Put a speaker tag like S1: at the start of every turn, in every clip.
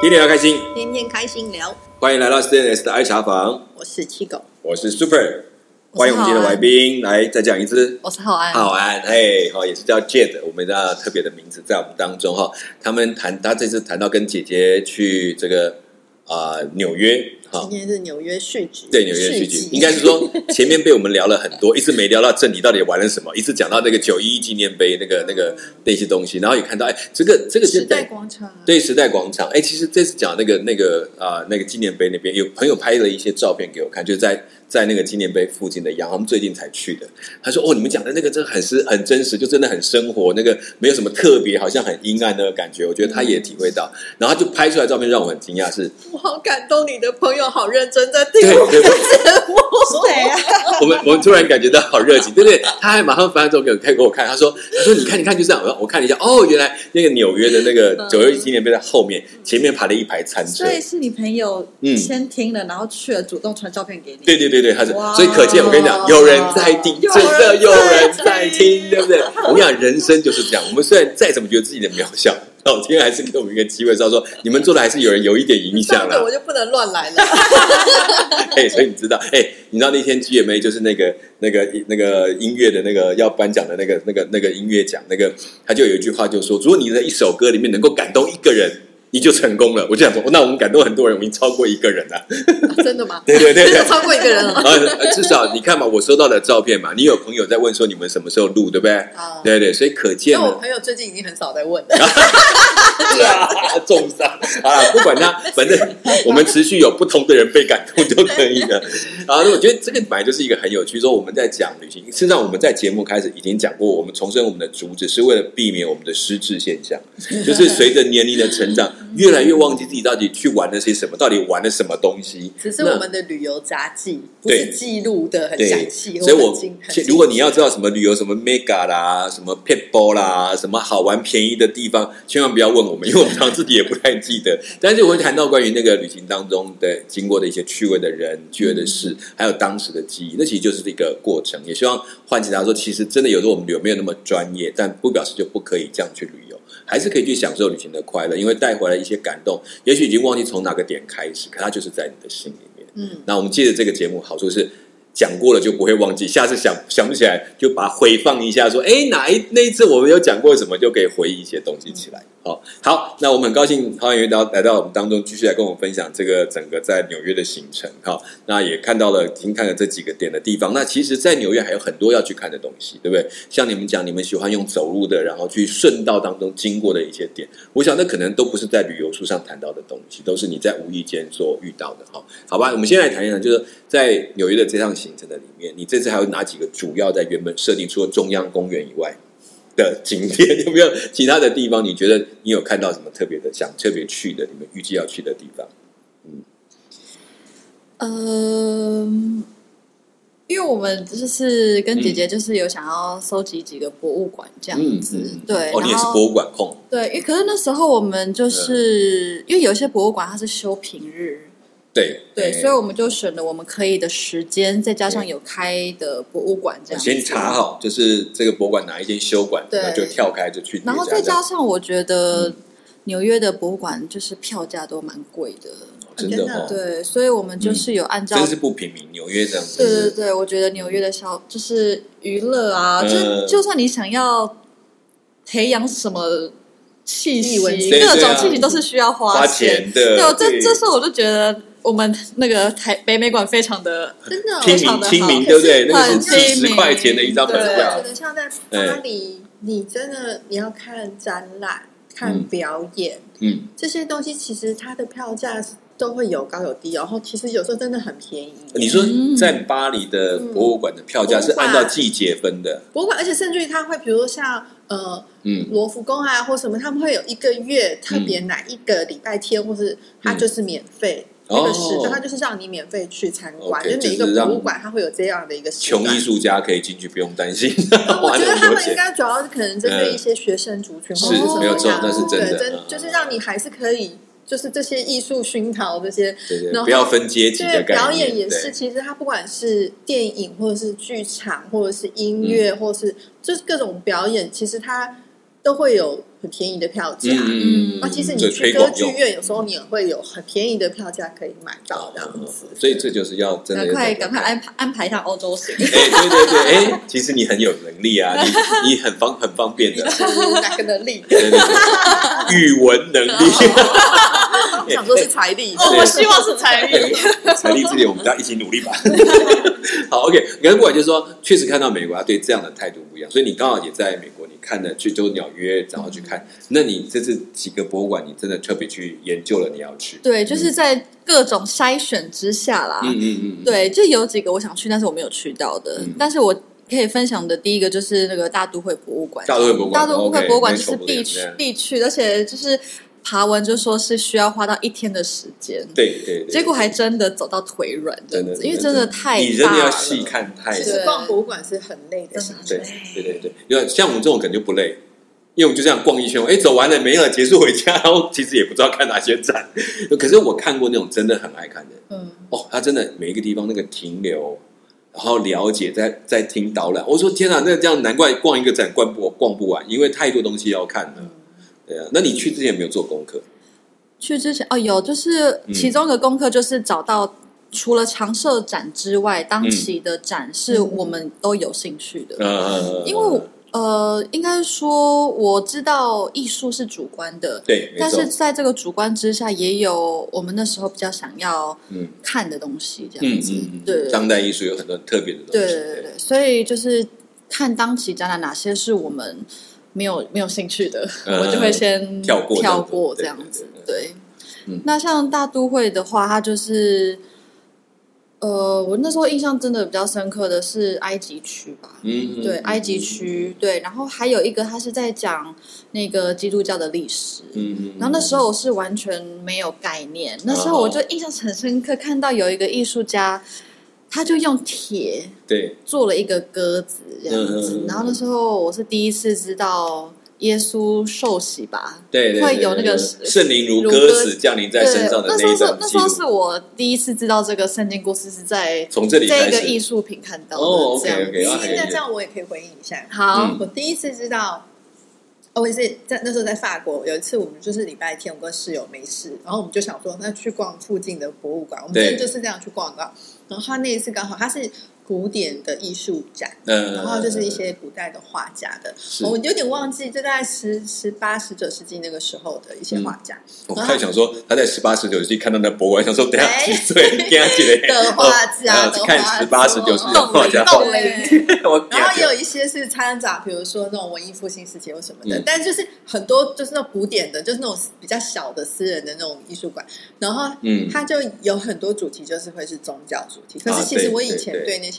S1: 天天要开心，
S2: 天天开心聊，
S1: 欢迎来到 CNS 的爱茶房，
S2: 我是七狗，
S1: 我是 Super，
S2: 我
S1: 欢
S2: 是
S1: 迎我们今天的来宾，来再讲一次。
S2: 我是浩
S3: 哎
S2: 安，
S1: 浩安，嘿，好，也是叫 Jade，我们的特别的名字在我们当中哈。他们谈，他这次谈到跟姐姐去这个啊、纽约，哈
S2: 今，天是纽约续集，
S1: 对纽约续集，
S2: 集
S1: 应该是说前面被我们聊了很多，一直没聊到正题，到底玩了什么？一直讲到那个九一一纪念碑那个那个那些东西，然后也看到，哎，这个这个是
S3: 时代广场啊，
S1: 对时代广场，哎，其实这次讲那个那个啊、呃那个纪念碑那边有朋友拍了一些照片给我看，就是在在那个纪念碑附近的洋行，最近才去的。他说：“哦，你们讲的那个真的很是很真实，就真的很生活，那个没有什么特别，好像很阴暗那个感觉。”我觉得他也体会到，然后他就拍出来照片让我很惊讶， 是
S2: 我好感动，你的朋友好认真在听
S1: 对
S2: 我
S1: 对，
S2: 谁啊？
S1: 我们我们突然感觉到好热情，对不对？他还马上翻照片给我给我看，他说他说你看你看就这样，我我看了一下，哦，原来那个纽约的那个九一一纪念碑在后面，前面排了一排餐车，
S3: 嗯所以是你朋友
S1: 嗯
S3: 先听了，然后去了，主动传照片给你。
S1: 对对对对，他是，
S3: 哇
S1: 所以可见我跟你讲，有人在听，
S3: 有
S1: 真
S3: 人
S1: 的有人在
S3: 在
S1: 听，
S3: 听
S1: 对不对？我跟你讲，人生就是这样。我们虽然再怎么觉得自己的渺小，老天还是给我们一个机会，知道说你们做的还是有人有一点影
S2: 这
S1: 响
S2: 样子我
S1: 了。
S2: 就不能乱来 了。啊
S1: 哎，所以你知道，哎，你知道那天 GMA 就是那个那个那个音乐的那个要颁奖的那个那个那个音乐奖，那个他就有一句话就说，如果你的一首歌里面能够感动一个人，你就成功了。我就想说，那我们感动很多人，我们已经超过一个人了。
S2: 真的吗？
S1: 对对对
S2: 真
S1: 对
S2: 的。超过一个人哦了。
S1: 啊，呃至少你看嘛，我收到的照片嘛，你有朋友在问说你们什么时候录， 对不对？
S2: 啊
S1: 对对，所以可见
S2: 那我
S3: 哦
S1: 呢，
S2: 朋友最近已经很少在问了，
S1: 啊 重伤啊，不管他，反正我们持续有不同的人被感动就可以了。 啊，那我觉得这个本来就是一个很有趣，说我们在讲旅行，事实上我们在节目开始已经讲过，我们重申我们的主旨是为了避免我们的失智现象，就是随着年龄的成长，越来越忘记自己到底去玩了些什么，到底玩了什么东西。
S2: 只是
S1: 那
S2: 我们的旅游杂记不
S1: 对
S2: 是记录的很详
S1: 对，
S2: 细，
S1: 所以我
S2: 很精很
S1: 其
S2: 精
S1: 如果你要知道什么旅游，什么 mega 啦，什么 p e t b a l l 啦，什么好玩便宜的地方，千万不要问我们，因为我 们常常自己也不太记得。但是我会谈到关于那个旅行当中的经过的一些趣味的人、趣味的
S2: 嗯
S1: 事，还有当时的记忆，那其实就是这个过程。也希望唤起大家说，其实真的有时候我们旅游没有那么专业，但不表示就不可以这样去旅游。还是可以去享受旅行的快乐，因为带回来一些感动，也许已经忘记从哪个点开始，可它就是在你的心里面。
S2: 嗯，
S1: 那我们借着这个节目，好处是讲过了就不会忘记，下次想想不起来就把它回放一下，说哎哪一那一次我们有讲过什么，就可以回忆一些东西起来。好、好，那我们很高兴浩源到来到我们当中，继续来跟我们分享这个整个在纽约的行程。好、那也看到了，已经看了这几个点的地方。那其实，在纽约还有很多要去看的东西，对不对？像你们讲，你们喜欢用走路的，然后去顺道当中经过的一些点，我想那可能都不是在旅游书上谈到的东西，都是你在无意间所遇到的。好、好吧，我们先来谈一谈，就是在纽约的这趟行程的里面，你这次还有哪几个主要在原本设定除了中央公园以外的景点？有没有其他的地方？你觉得你有看到什么特别的、想特别去的、你们预计要去的地方？
S3: 嗯，因为我们就是跟姐姐
S1: 嗯
S3: 就是有想要收集几个博物馆这样子，对，
S1: 哦，你也
S3: 然
S1: 是
S3: 后
S1: 博物嗯馆控，
S3: 对，因为可是那时候我们就是、因为有一些博物馆它是休平日，
S1: 对哎
S3: 对，所以我们就选了我们可以的时间，再加上
S1: 对
S3: 有开的博物馆
S2: 啊
S3: 这样
S1: 嗯
S3: 子，
S1: 先查好，就是这个博物馆哪一间休馆，
S3: 对
S1: 然后就跳开就去别家。
S3: 然后再
S1: 这样嗯
S3: 加上我觉得纽约的博物馆就是票价都蛮贵的，
S1: 真的哦，
S3: 对，所以我们就是有按照、
S1: 真是不平民，纽约这样子。
S3: 对对对，我觉得纽约的消就是娱乐啊，
S1: 嗯
S3: 就就算你想要培养什么气息，
S2: 艺文
S1: 对
S3: 各
S1: 对啊
S3: 种气息都是需要花
S1: 花钱的，
S3: 对，我这这时候我就觉得我们那个台北美馆非常的
S2: 真的
S1: 亲
S2: 哦。
S1: 民
S3: 常的好
S1: 亲民，对不对？那个
S3: 很
S1: 是几
S3: 亲
S1: 十
S3: 民
S1: 块钱的一张门
S2: 对，我
S1: 票
S2: 觉，得像在巴黎，你真的你要看展览、看
S1: 嗯
S2: 表演
S1: 嗯，
S2: 这些东西，其实它的票价都会有高有低，哦然后其实有时候真的很便宜。
S1: 你说
S2: 嗯
S1: 在巴黎的博物馆的票价是按照季节分的，
S2: 博物馆，而且甚至于它会，比如说像呃
S1: 嗯，
S2: 罗浮宫啊或什么，他们会有一个月特别哪一个礼拜天，或是它就是免费。那个时段，它
S1: 哦，
S2: 就是让你免费去参观，
S1: OK，
S2: 就是每一
S1: 就是
S2: 个
S1: 让
S2: 博物馆它会有这样的一个时
S1: 穷
S2: 段。
S1: 艺术家可以进去，不用担心
S2: 我
S1: 花
S2: 觉得
S1: 很
S2: 他
S1: 多
S2: 们应
S1: 钱。
S2: 该主要是可能针对一些学生族
S3: 嗯
S2: 群，或者
S3: 是
S2: 什么
S3: 没有错
S2: 样
S3: 那是真
S1: 的
S2: 对，
S1: 嗯
S2: 真就是让你还是可以，就是这些艺术熏陶这些，
S1: 对对，
S2: 然后
S1: 不要分阶级的
S2: 对，
S1: 概念。
S2: 表演也
S1: 对
S2: 是。其实它不管是电影或者是剧场，或者是音乐，或者是就是各种表演，其实它都会有很便宜的票价。
S3: 嗯
S2: 哦那其实
S1: 这
S2: 你
S1: 推
S2: 去歌
S1: 广
S2: 剧
S1: 用
S2: 院，有时候你也会有很便宜的票价可以买到这样子。
S1: 哦所以这就是要真的要
S3: 赶
S1: 找
S3: 快
S1: 到
S3: 赶快安排安排一下欧洲行。
S1: 哎，对对对，哎，其实你很有能力啊，你你很方很方便的，
S2: 哪个能力？
S1: 对对对语文能力，
S2: 我想说是 财力，
S3: 哦， 我希望是财力。
S1: 财力这点我们大家一起努力吧。好，OK，刚刚过来就是说，确实看到美国，他对这样的态度不一样，所以你刚好也在美国，你看了去就鸟约，然后去看，那你这次几个博物馆，你真的特别去研究了，你要去，
S3: 对，就是在各种筛选之下啦。
S1: 嗯嗯嗯，嗯，
S3: 对，就有几个我想去，但是我没有去到的。
S1: 嗯
S3: 但是我可以分享的第一个就是那个大都会博物馆。
S1: 大都会博物馆
S3: 大都会
S1: OK，
S3: 博物馆
S1: 那
S3: 就是
S1: 首不
S3: 必
S1: 点
S3: 去
S1: 这样
S3: 必去，而且就是爬文就说是需要花到一天的时间。
S1: 对对，对
S3: 结果还真的走到腿软这
S1: 真
S3: 样
S1: 的
S3: 子，，因为真的太
S1: 你真
S3: 大
S1: 的要
S3: 了。
S1: 细看太
S2: 其
S1: 多
S2: 实逛博物馆是很累的事情。
S1: 对对对对，因为像我们这种可能就不累，因为我们就这样逛一圈，哎，走完了没了，结束回家，然 后其实也不知道看哪些展。可是我看过那种真的很爱看的，
S3: 嗯，
S1: 哦，他真的每一个地方那个停留，然后了解，在在听导览，我说天啊哪，那这样难怪逛一个展逛不逛不完，因为太多东西要看
S3: 嗯
S1: 了。对啊，那你去之前有没有做功课？
S3: 去之前哦，有就是
S1: 嗯
S3: 其中一个功课就是找到除了常设展之外，
S1: 嗯
S3: 当期的展是我们都有兴趣的。
S1: 呃，
S3: 嗯因为我呃，应该说我知道艺术是主观的，
S1: 对，没
S3: 但
S1: 错嗯
S3: 是在这个主观之下，也有我们那时候比较想要
S1: 嗯
S3: 看的东西，这
S1: 嗯
S3: 样子。
S1: 嗯
S3: 对
S1: 嗯，当代艺术有很多特别的东
S3: 对
S1: 西，
S3: 对对，所以就是看当期展览哪些是我们没有没有兴趣的，
S1: 嗯
S3: 我就会先
S1: 跳过
S3: 跳过这样子。对，
S1: 嗯
S3: 那像大都会的话，它就是。呃，我那时候印象真的比较深刻的是埃及区吧，
S1: 嗯，
S3: 对，埃及区，对，然后还有一个他是在讲那个基督教的历史。
S1: 嗯，嗯，
S3: 然后那时候我是完全没有概念，那时候
S1: 嗯
S3: 我就印象很深刻，看到有一个艺术家，他就用铁
S1: 对，
S3: 做了一个鸽子这样子
S1: 嗯嗯嗯。
S3: 然后那时候我是第一次知道耶稣受洗吧，
S1: 对，对
S3: 会
S1: 对
S3: 有
S1: 对
S3: 那个
S2: 呃
S1: 对圣灵如鸽子降临在身上的
S3: 对
S1: 一
S3: 那时候
S1: 段
S3: 是那
S1: 记
S3: 时
S1: 录
S3: 候，是我第一次知道这个圣经故事是在
S1: 从这里
S3: 这
S1: 开
S3: 一个艺
S1: 始。
S3: 术品看到
S1: 哦
S3: 的这
S1: ，OK
S3: 样。
S1: OK，
S2: 其实那这样我也可以回应一下。
S3: 好，
S1: 嗯
S2: 我第一次知道，哦我也是在那时候在法国，有一次我们就是礼拜天，我跟室友没事，然后我们就想说，那去逛附近的博物馆。我们
S1: 对
S2: 真的就是这样去逛到。然后他那一次刚好他是古典的艺术展，
S1: 嗯，
S2: 然后就是一些古代的画家的，
S1: 是
S2: 我有点忘记，就大概十十八、十九世纪那个时候的一些画家
S1: 我刚才想说，他在十八十九世纪看到那博物馆，想说等下几岁， 等下几岁
S2: 哎的画家
S1: 哦
S2: 的
S1: 去
S2: 画
S1: 看
S2: 家
S1: 十八十九世 纪的
S3: 动
S1: 画
S3: 灵
S1: 家，
S3: 动
S2: 对
S3: 灵。
S1: 我啊
S2: 然后也有一些是掺杂，比如说那种文艺复兴时期或什么的，
S1: 嗯
S2: 但就是很多就是那种古典的，就是那种比较小的私人的那种艺术馆，然后
S1: 嗯
S2: 它就有很多主题就是会是宗教主题。可
S1: 啊
S2: 是其实
S1: 对
S2: 我以
S1: 对
S2: 前
S1: 对
S2: 对那些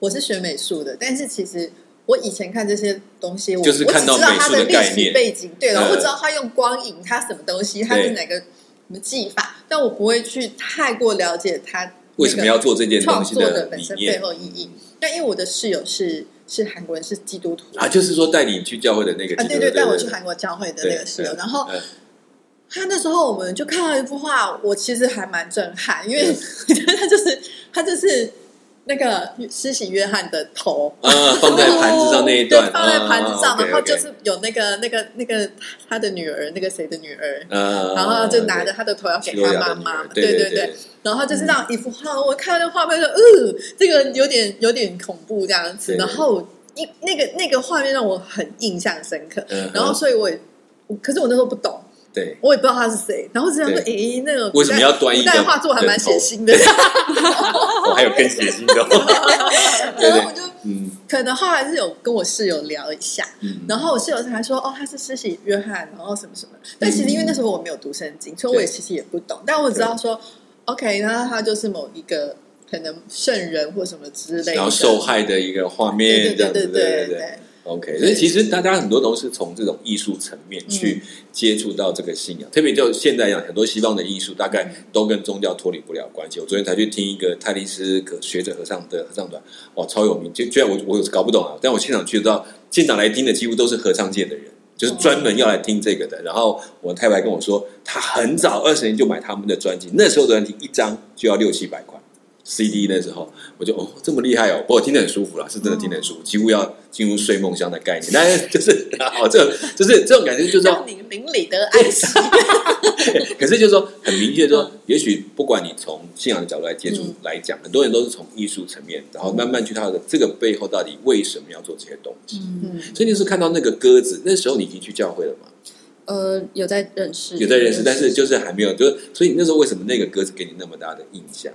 S2: 我是学美术的，但是其实。我以前看这些东西，我
S1: 就是看到
S2: 我只知道它
S1: 美术的
S2: 历
S1: 概念
S2: 史背景，对了，然后
S1: 嗯
S2: 我知道它用光影，它什么东西，它
S1: 对
S2: 是哪个什么技法，但我不会去太过了解它那个
S1: 为什么要做这件东
S2: 创
S1: 西
S2: 作的本
S1: 理
S2: 身背
S1: 念
S2: 后意义。但因为我的室友是是韩国人，是基督徒
S1: 啊？就是说带你去教会的那个
S2: 啊，对对，带我去韩国教会的那
S1: 对
S2: 个室友，
S1: 对嗯
S2: 然后他那时候我们就看到一幅画，我其实还蛮震撼，因为 他就是他就是那个施洗约翰的头。
S1: 啊，放在盘子上那一
S2: 对
S1: 段，，
S2: 放在盘子上，然后就
S1: 啊
S2: 是有那个、那个、那个他的女儿，那个谁的女儿，，
S1: 嗯
S2: 然后就拿着他的头要给他妈妈，
S1: 对对
S2: 对
S1: 嗯
S2: 对，，然后就是那种一幅画，我看到那画面就，呃，这个有点有点恐怖这样子。
S1: 对
S2: 然后一那个那个画面让我很印象深刻，
S1: 嗯
S2: 然后所以我也，我可是我那时候不懂，
S1: 对，
S2: 我也不知道他是谁，然后只想说，
S1: 对
S2: 诶，那个古
S1: 为
S2: 代
S1: 什么要端一
S2: 古
S1: 个
S2: 代画作还蛮血腥的？
S1: 我还有更血腥的， 对
S2: 然后我
S1: 对，
S2: 就
S1: 嗯
S2: 可能后来是有跟我室友聊一下，
S1: 嗯，
S2: 然后我室友还说，哦，他是施洗约翰，然后什么什么。但其实因为那时候我没有读圣经，所以我也其实也不懂，但我只知道说，OK，那他就是某一个可能圣人或什么之类的，
S1: 然后受害的一个画
S2: 对
S1: 面，这
S2: 对
S1: 样
S2: 对
S1: 子，
S2: 对
S1: 对对。OK，所以其实大家很多都是从这种艺术层
S2: 嗯
S1: 面去接触到这个信仰，特别就现在讲很多西方的艺术，大
S2: 嗯
S1: 概都跟宗教脱离不了关系。我昨天才去听一个泰利斯可学者和尚的合唱团，哇，哦超有名！就居然我我搞不懂啊，但我现场去到现场来听的几乎都是合唱界的人，就是专门要来听这个的。然后我太太跟我说，她很早二十年就买他们的专辑，那时候的专辑一张就要六七百块。 CD 那时候，我就哦这么厉害哦，不过我听得很舒服啦，是真的听得很舒服，几乎要进入睡梦乡的概念。但是就是 哦，这种就是这种感觉，就是说
S2: 让你明理得爱情，
S1: 可是就是说，很明确地
S3: 嗯
S1: 说，也许不管你从信仰的角度来接触来讲，很多人都是从艺术层面，然后慢慢去他的这个背后到底为什么要做这些东西。
S3: 嗯，
S2: 嗯，
S1: 所以你是看到那个鸽子，那时候你已经去教会了嘛，
S3: 呃，有在认识，
S1: 有在认识，但是就是还没有，就是所以你那时候为什么那个鸽子给你那么大的印象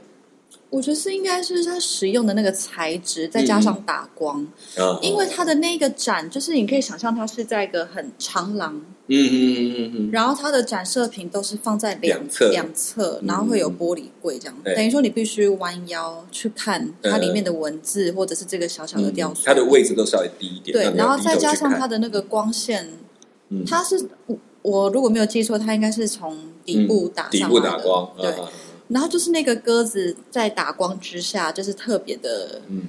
S3: 我觉得是应该是它使用的那个材质，
S1: 嗯
S3: 再加上打光，
S1: 啊？
S3: 因为它的那个展，就是你可以想象它是在一个很长廊，
S1: 嗯嗯嗯嗯嗯，
S3: 然后它的展示品都是放在
S1: 两侧
S3: 两侧，
S1: 嗯
S3: 然后会有玻璃柜这样，
S1: 对嗯
S3: 等于说你必须弯腰去看它里面的文字，或者是这个小小的雕塑，
S1: 它的位置都稍微低一点，
S3: 对
S1: 让，你
S3: 然
S1: 要
S3: 后
S1: 低
S3: 再
S1: 头
S3: 加
S1: 去
S3: 上
S1: 看
S3: 它的那个光线，
S1: 嗯
S3: 它是我我如果没有记错，它应该是从底部打
S1: 嗯底
S3: 上
S1: 部
S3: 来
S1: 打
S3: 的
S1: 光，
S3: 对
S1: 啊，啊啊
S3: 然后就是那个鸽子在打光之下，就是特别的
S1: 嗯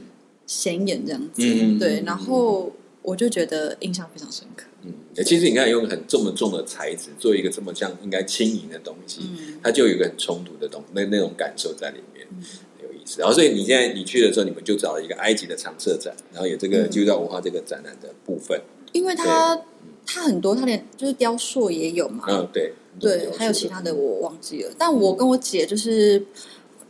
S3: 显眼这样子，
S1: 嗯嗯
S3: 对
S1: 嗯，
S3: 然后我就觉得印象非常深刻，
S1: 嗯，其实你看用很这么重的材质做一个这么像应该轻盈的东西，
S3: 嗯，
S1: 它就有一个很冲突的东那那种感受在里面
S3: 嗯，
S1: 很有意思。然后所以你现在你去的时候，你们就找了一个埃及的常设展，然后有这个
S3: 嗯
S1: 基督教文化这个展览的部分。
S3: 因为它它很多，它连就是雕塑也有嘛，
S1: 嗯，对
S3: 啊对，还有其他的我忘记了，但我跟我姐就是。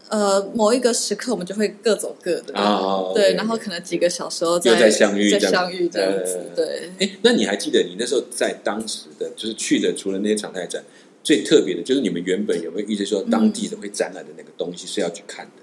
S3: 呃，某一个时刻我们就会各走各的，
S1: 啊，
S3: 对，
S1: OK，
S3: 然后可能几个小时后
S1: 又再相遇
S3: 再
S1: 这样
S3: 相遇这样子
S1: 呃，
S3: 对。
S1: 哎，那你还记得你那时候在当时的，就是去的，除了那些常态展，最特别的就是你们原本有没有预计说当地的会展览的那个东西是要去看的？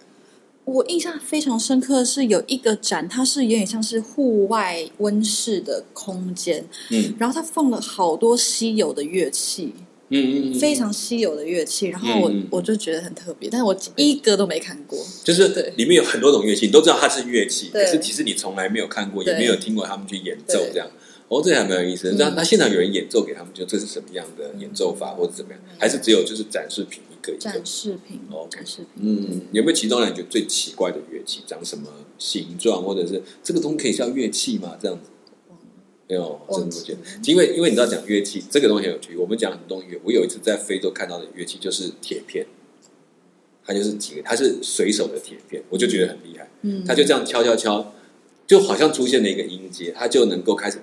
S3: 我印象非常深刻的是有一个展，它是有点像是户外温室的空间，
S1: 嗯
S3: 然后它放了好多稀有的乐器，
S1: 嗯嗯，嗯
S3: 非常稀有的乐器，然后我、
S1: 嗯嗯嗯
S3: 我就觉得很特别，但是我一个都没看过。
S1: 就是
S3: 对
S1: 里面有很多种乐器，你都知道它是乐器，可
S3: 对
S1: 是其实你从来没有看过，也
S3: 对
S1: 没有听过他们去演奏
S3: 对
S1: 这样。哦，这还蛮有意思的。那
S3: 嗯
S1: 那现场有人演奏给他们，就这是什么样的演奏法，或者怎么样？还是只有就是展示品一个一个
S3: 展？示品
S1: OK
S3: 展示品，
S1: 嗯，有没有其中让你觉得最奇怪的乐器？长什么形状，或者是这个东西可以叫乐器吗？这样子
S3: 忘了？
S1: 没有，真的不
S3: 忘记
S1: 觉
S3: 了
S1: 得。因为因为你知道讲乐器这个东西很有趣，我们讲很多东西，我有一次在非洲看到的乐器就是铁片，它就是几个，它是随手的铁片，我就觉得很厉害。
S3: 嗯，
S1: 他就这样敲敲敲，就好像出现了一个音阶，他就能够开始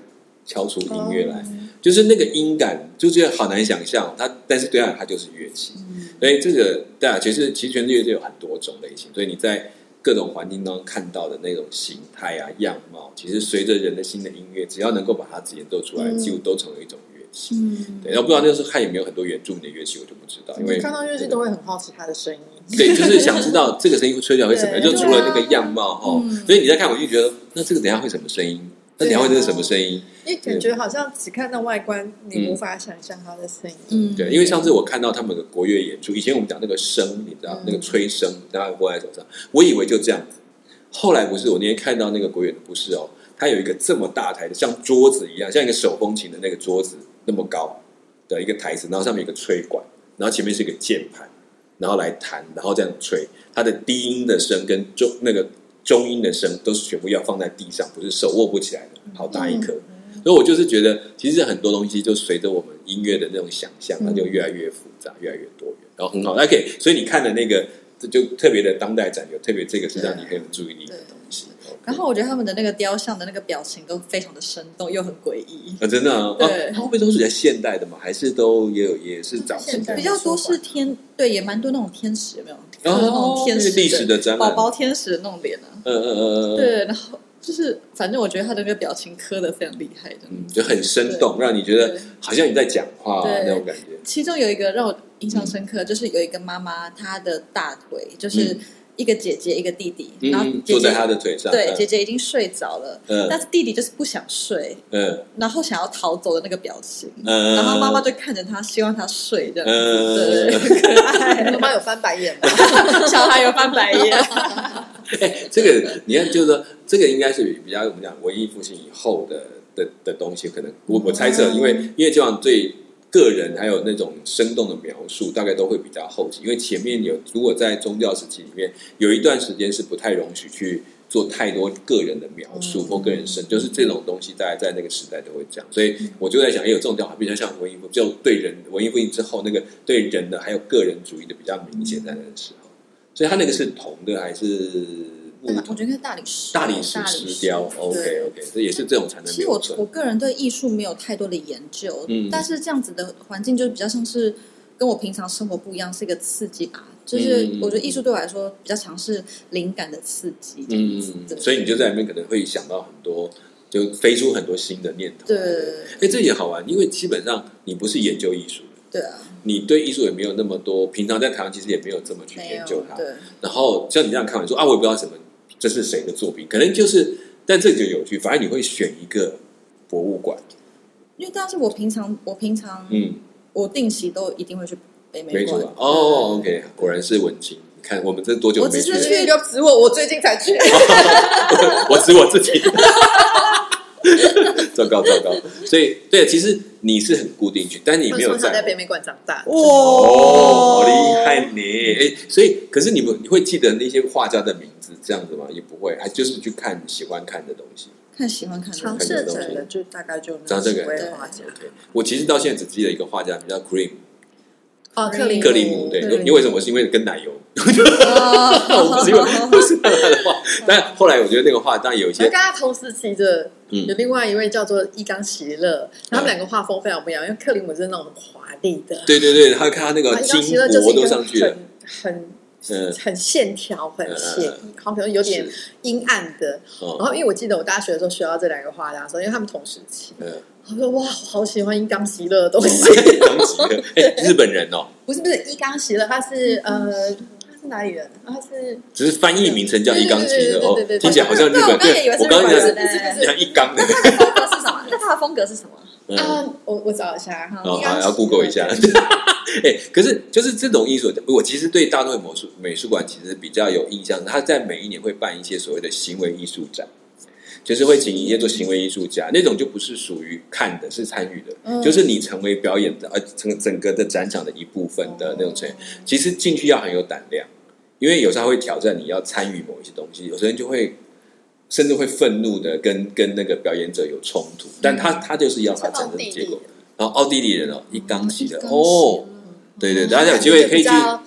S1: 敲出音乐来，
S3: 哦
S1: 就是那个音感，就觉得好难想象。他但是对岸它就是乐器，
S3: 嗯
S1: 所以这个对啊，其实其实全世界就有很多种类型，所以你在各种环境当中看到的那种形态啊、样貌，其实随着人的新的音乐，只要能够把它演奏出来，
S2: 嗯
S1: 几乎都成为一种乐器。
S3: 嗯，
S1: 对，然后不知道那时候看有没有很多原住民的乐器，我就不知道，因为
S2: 看到乐器都会很好奇他的声音，
S1: 对，就是想知道这个声音吹起来会什么样，
S2: 对啊
S1: 就除了那个样貌哈、
S3: 嗯
S1: 所以你在看我就觉得，那这个等一下会什么声音？那等一下会这是什么声音？
S2: 因为感觉好像只看到外观，你无法想象他的声音。
S3: 嗯，
S1: 对，因为上次我看到他们的国乐演出，以前我们讲那个笙，你知道、那个吹笙，然后握在手上，我以为就这样子。后来不是，我那天看到那个国乐的不是哦，它有一个这么大台的，像桌子一样，像一个手风琴的那个桌子那么高的一个台子，然后上面有一个吹管，然后前面是一个键盘，然后来弹，然后这样吹，它的低音的声跟中那个中音的声都是全部要放在地上，不是手握不起来的，
S3: 嗯
S1: 好大一颗。所以我就是觉得，其实很多东西就随着我们音乐的那种想象，它就越来越复杂，越来越多元，然后很好。那可以，所以你看的那个，这就特别的当代展有特别这个是让你很有注意力的东西。
S3: 然后我觉得他们的那个雕像的那个表情都非常的生动，又很诡异。
S1: 啊，真的啊，
S3: 对
S1: 啊它会不会都是比较现代的嘛？还是都也有也是早期
S2: 现代
S1: 的
S3: 比较多是天，对，也蛮多那种天使，有没有？
S1: 哦
S3: 那种天使
S1: 历史的展览
S3: 宝宝天使的那种脸啊，
S1: 嗯嗯嗯嗯，嗯，
S3: 对，然后就是反正我觉得他的那个表情刻的非常厉害的。
S1: 嗯，就很生动，让你觉得
S3: 对
S1: 好像你在讲话啊
S3: 对
S1: 那种感觉。
S3: 其中有一个让我印象深
S1: 嗯
S3: 刻，就是有一个妈妈，她的大腿就是一个姐姐一个弟弟，然后
S1: 嗯，
S3: 姐
S1: 坐
S3: 姐
S1: 在他的腿上，
S3: 对
S1: 嗯
S3: 姐姐已经睡着了，
S1: 嗯
S3: 但是弟弟就是不想睡，
S1: 嗯
S3: 然后想要逃走的那个表情，
S1: 嗯，
S3: 然后妈妈就看着他，希望他睡这样子，
S1: 嗯
S3: 对，很可爱
S2: 哎妈，妈有翻白 眼吗？
S3: 小孩有翻白眼，
S1: 哎，这个你看，就是说，这个应该是比较我们讲文艺复兴以后的的的东西，可能我我猜测，因为因为这样对个人还有那种生动的描述，大概都会比较后期，因为前面有如果在宗教时期里面有一段时间是不太容许去。做太多个人的描述或个人生，就是这种东西，大家在那个时代都会讲，所以我就在想，也有这种讲法，比较像文艺复，就对人文艺复兴之后那个对人的还有个人主义的比较明显在那个时候。所以它那个是铜的还是木
S3: 大
S1: 头？
S3: 嗯我觉得应该大理石，
S1: 大理石石雕，OK
S3: 对
S1: OK，这也是这种才能
S3: 其实
S1: 留
S3: 我
S1: 存
S3: 我。个人对艺术没有太多的研究，
S1: 嗯
S3: 但是这样子的环境就比较像是跟我平常生活不一样，是一个刺激吧。就是
S1: 嗯
S3: 我觉得艺术对我来说比较常是灵感的刺激，这样子
S1: 嗯，
S3: 对
S1: 所以你就在里面可能会想到很多，就飞出很多新的念头。
S3: 对
S1: 哎，这也好玩，因为基本上你不是研究艺术的，
S3: 对啊，
S1: 你对艺术也没有那么多，平常在台湾其实也没有这么去
S3: 没
S1: 研
S3: 有
S1: 究它。
S3: 对
S1: 然后像你这样看完说啊，我也不知道什么这是谁的作品，可能就是，但这就有趣，反而你会选一个博物馆，
S3: 因为但是我平常我平常、
S1: 嗯，
S3: 我定期都一定会去北美
S1: 没错
S3: 馆
S1: 吧，哦，OK，果然是文青。你看我们这多久
S3: 我
S1: 没
S3: 只
S1: 去
S3: 是
S1: 了？
S2: 去 就指我，我最近才去，
S1: 哦 我指我自己。糟糕糟糕，所以对，其实你是很固定去，但你
S2: 我
S1: 没有
S2: 从小
S1: 在
S2: 在北美馆长大。
S1: 哦，好厉害你！哎，所以可是你们你会记得那些画家的名字这样子吗？也不会，还就是去看你喜欢看的东西。
S3: 看喜欢看的
S2: 尝
S1: 看
S2: 试
S1: 这个
S2: 者
S1: 东西
S2: 的就大概就
S1: 长
S2: 那
S1: 这
S2: 几
S1: 个
S2: 位
S1: 人
S2: 画家，
S1: OK，我其实到现在只记得一个画家名叫 Cream
S2: 哦，克里
S3: 嗯
S1: 克里姆，对，
S3: 克里姆
S1: 因为什么？是因为跟奶油，
S3: 啊，
S1: 我不是因为不是看他的画，但后来我觉得那个画当然有一
S2: 然
S1: 些
S2: 后跟他同时期的
S1: 嗯
S2: 有另外一位叫做伊冈奇乐，然后他们两个画风非常不一样，因为克里姆是那种很华丽的，
S1: 对对对，他看他那个
S2: 然后伊
S1: 金
S2: 冈奇乐就是
S1: 箔
S2: 一
S1: 都
S2: 个
S1: 上去了
S2: 很，很
S1: 嗯
S2: 很线条、很写
S1: 嗯
S2: 意，然后可能有点
S1: 是
S2: 阴暗的。然
S1: 哦，
S2: 后因为我记得我大学的时候学到这两个画家的时候，因为他们同时期，
S1: 嗯，
S2: 我说哇，我好喜欢伊冈奇乐的东西。
S1: 当吉的，哎，日本人哦，
S2: 不是不是伊冈奇乐，他是呃他是哪里人？他是
S1: 只是翻译名称叫一缸吉的哦
S2: 对对对对对对，
S1: 听起来好像日本，
S3: 对
S1: 对
S3: 我
S1: 我
S3: 刚
S1: 刚
S3: 刚
S1: 刚
S3: 也以
S1: 讲是
S3: 为是日本人
S2: 不是不是
S1: 像一缸的，
S3: 他的风格是什么？那他的风格是什么？
S1: 嗯，
S2: 啊，我我找一下，哈
S1: 哦，
S2: 伊冈
S1: 好
S2: 奇
S1: 要
S2: 乐
S1: Google 一下。 哎，可是就是这种艺术，我其实对大都会美术美术馆其实比较有印象。他在每一年会办一些所谓的行为艺术展，就是会请一些做行为艺术家，那种就不是属于看的，是参与的，
S3: 嗯
S1: 就是你成为表演的，呃，整整个的展场的一部分的那种成员。其实进去要很有胆量，因为有时候会挑战你要参与某一些东西，有些人就会甚至会愤怒的跟跟那个表演者有冲突，但他他就是要他产生结果。然后奥地利人哦，一缸起的哦，，
S2: 嗯
S1: 对对，对大家有机会可以去，嗯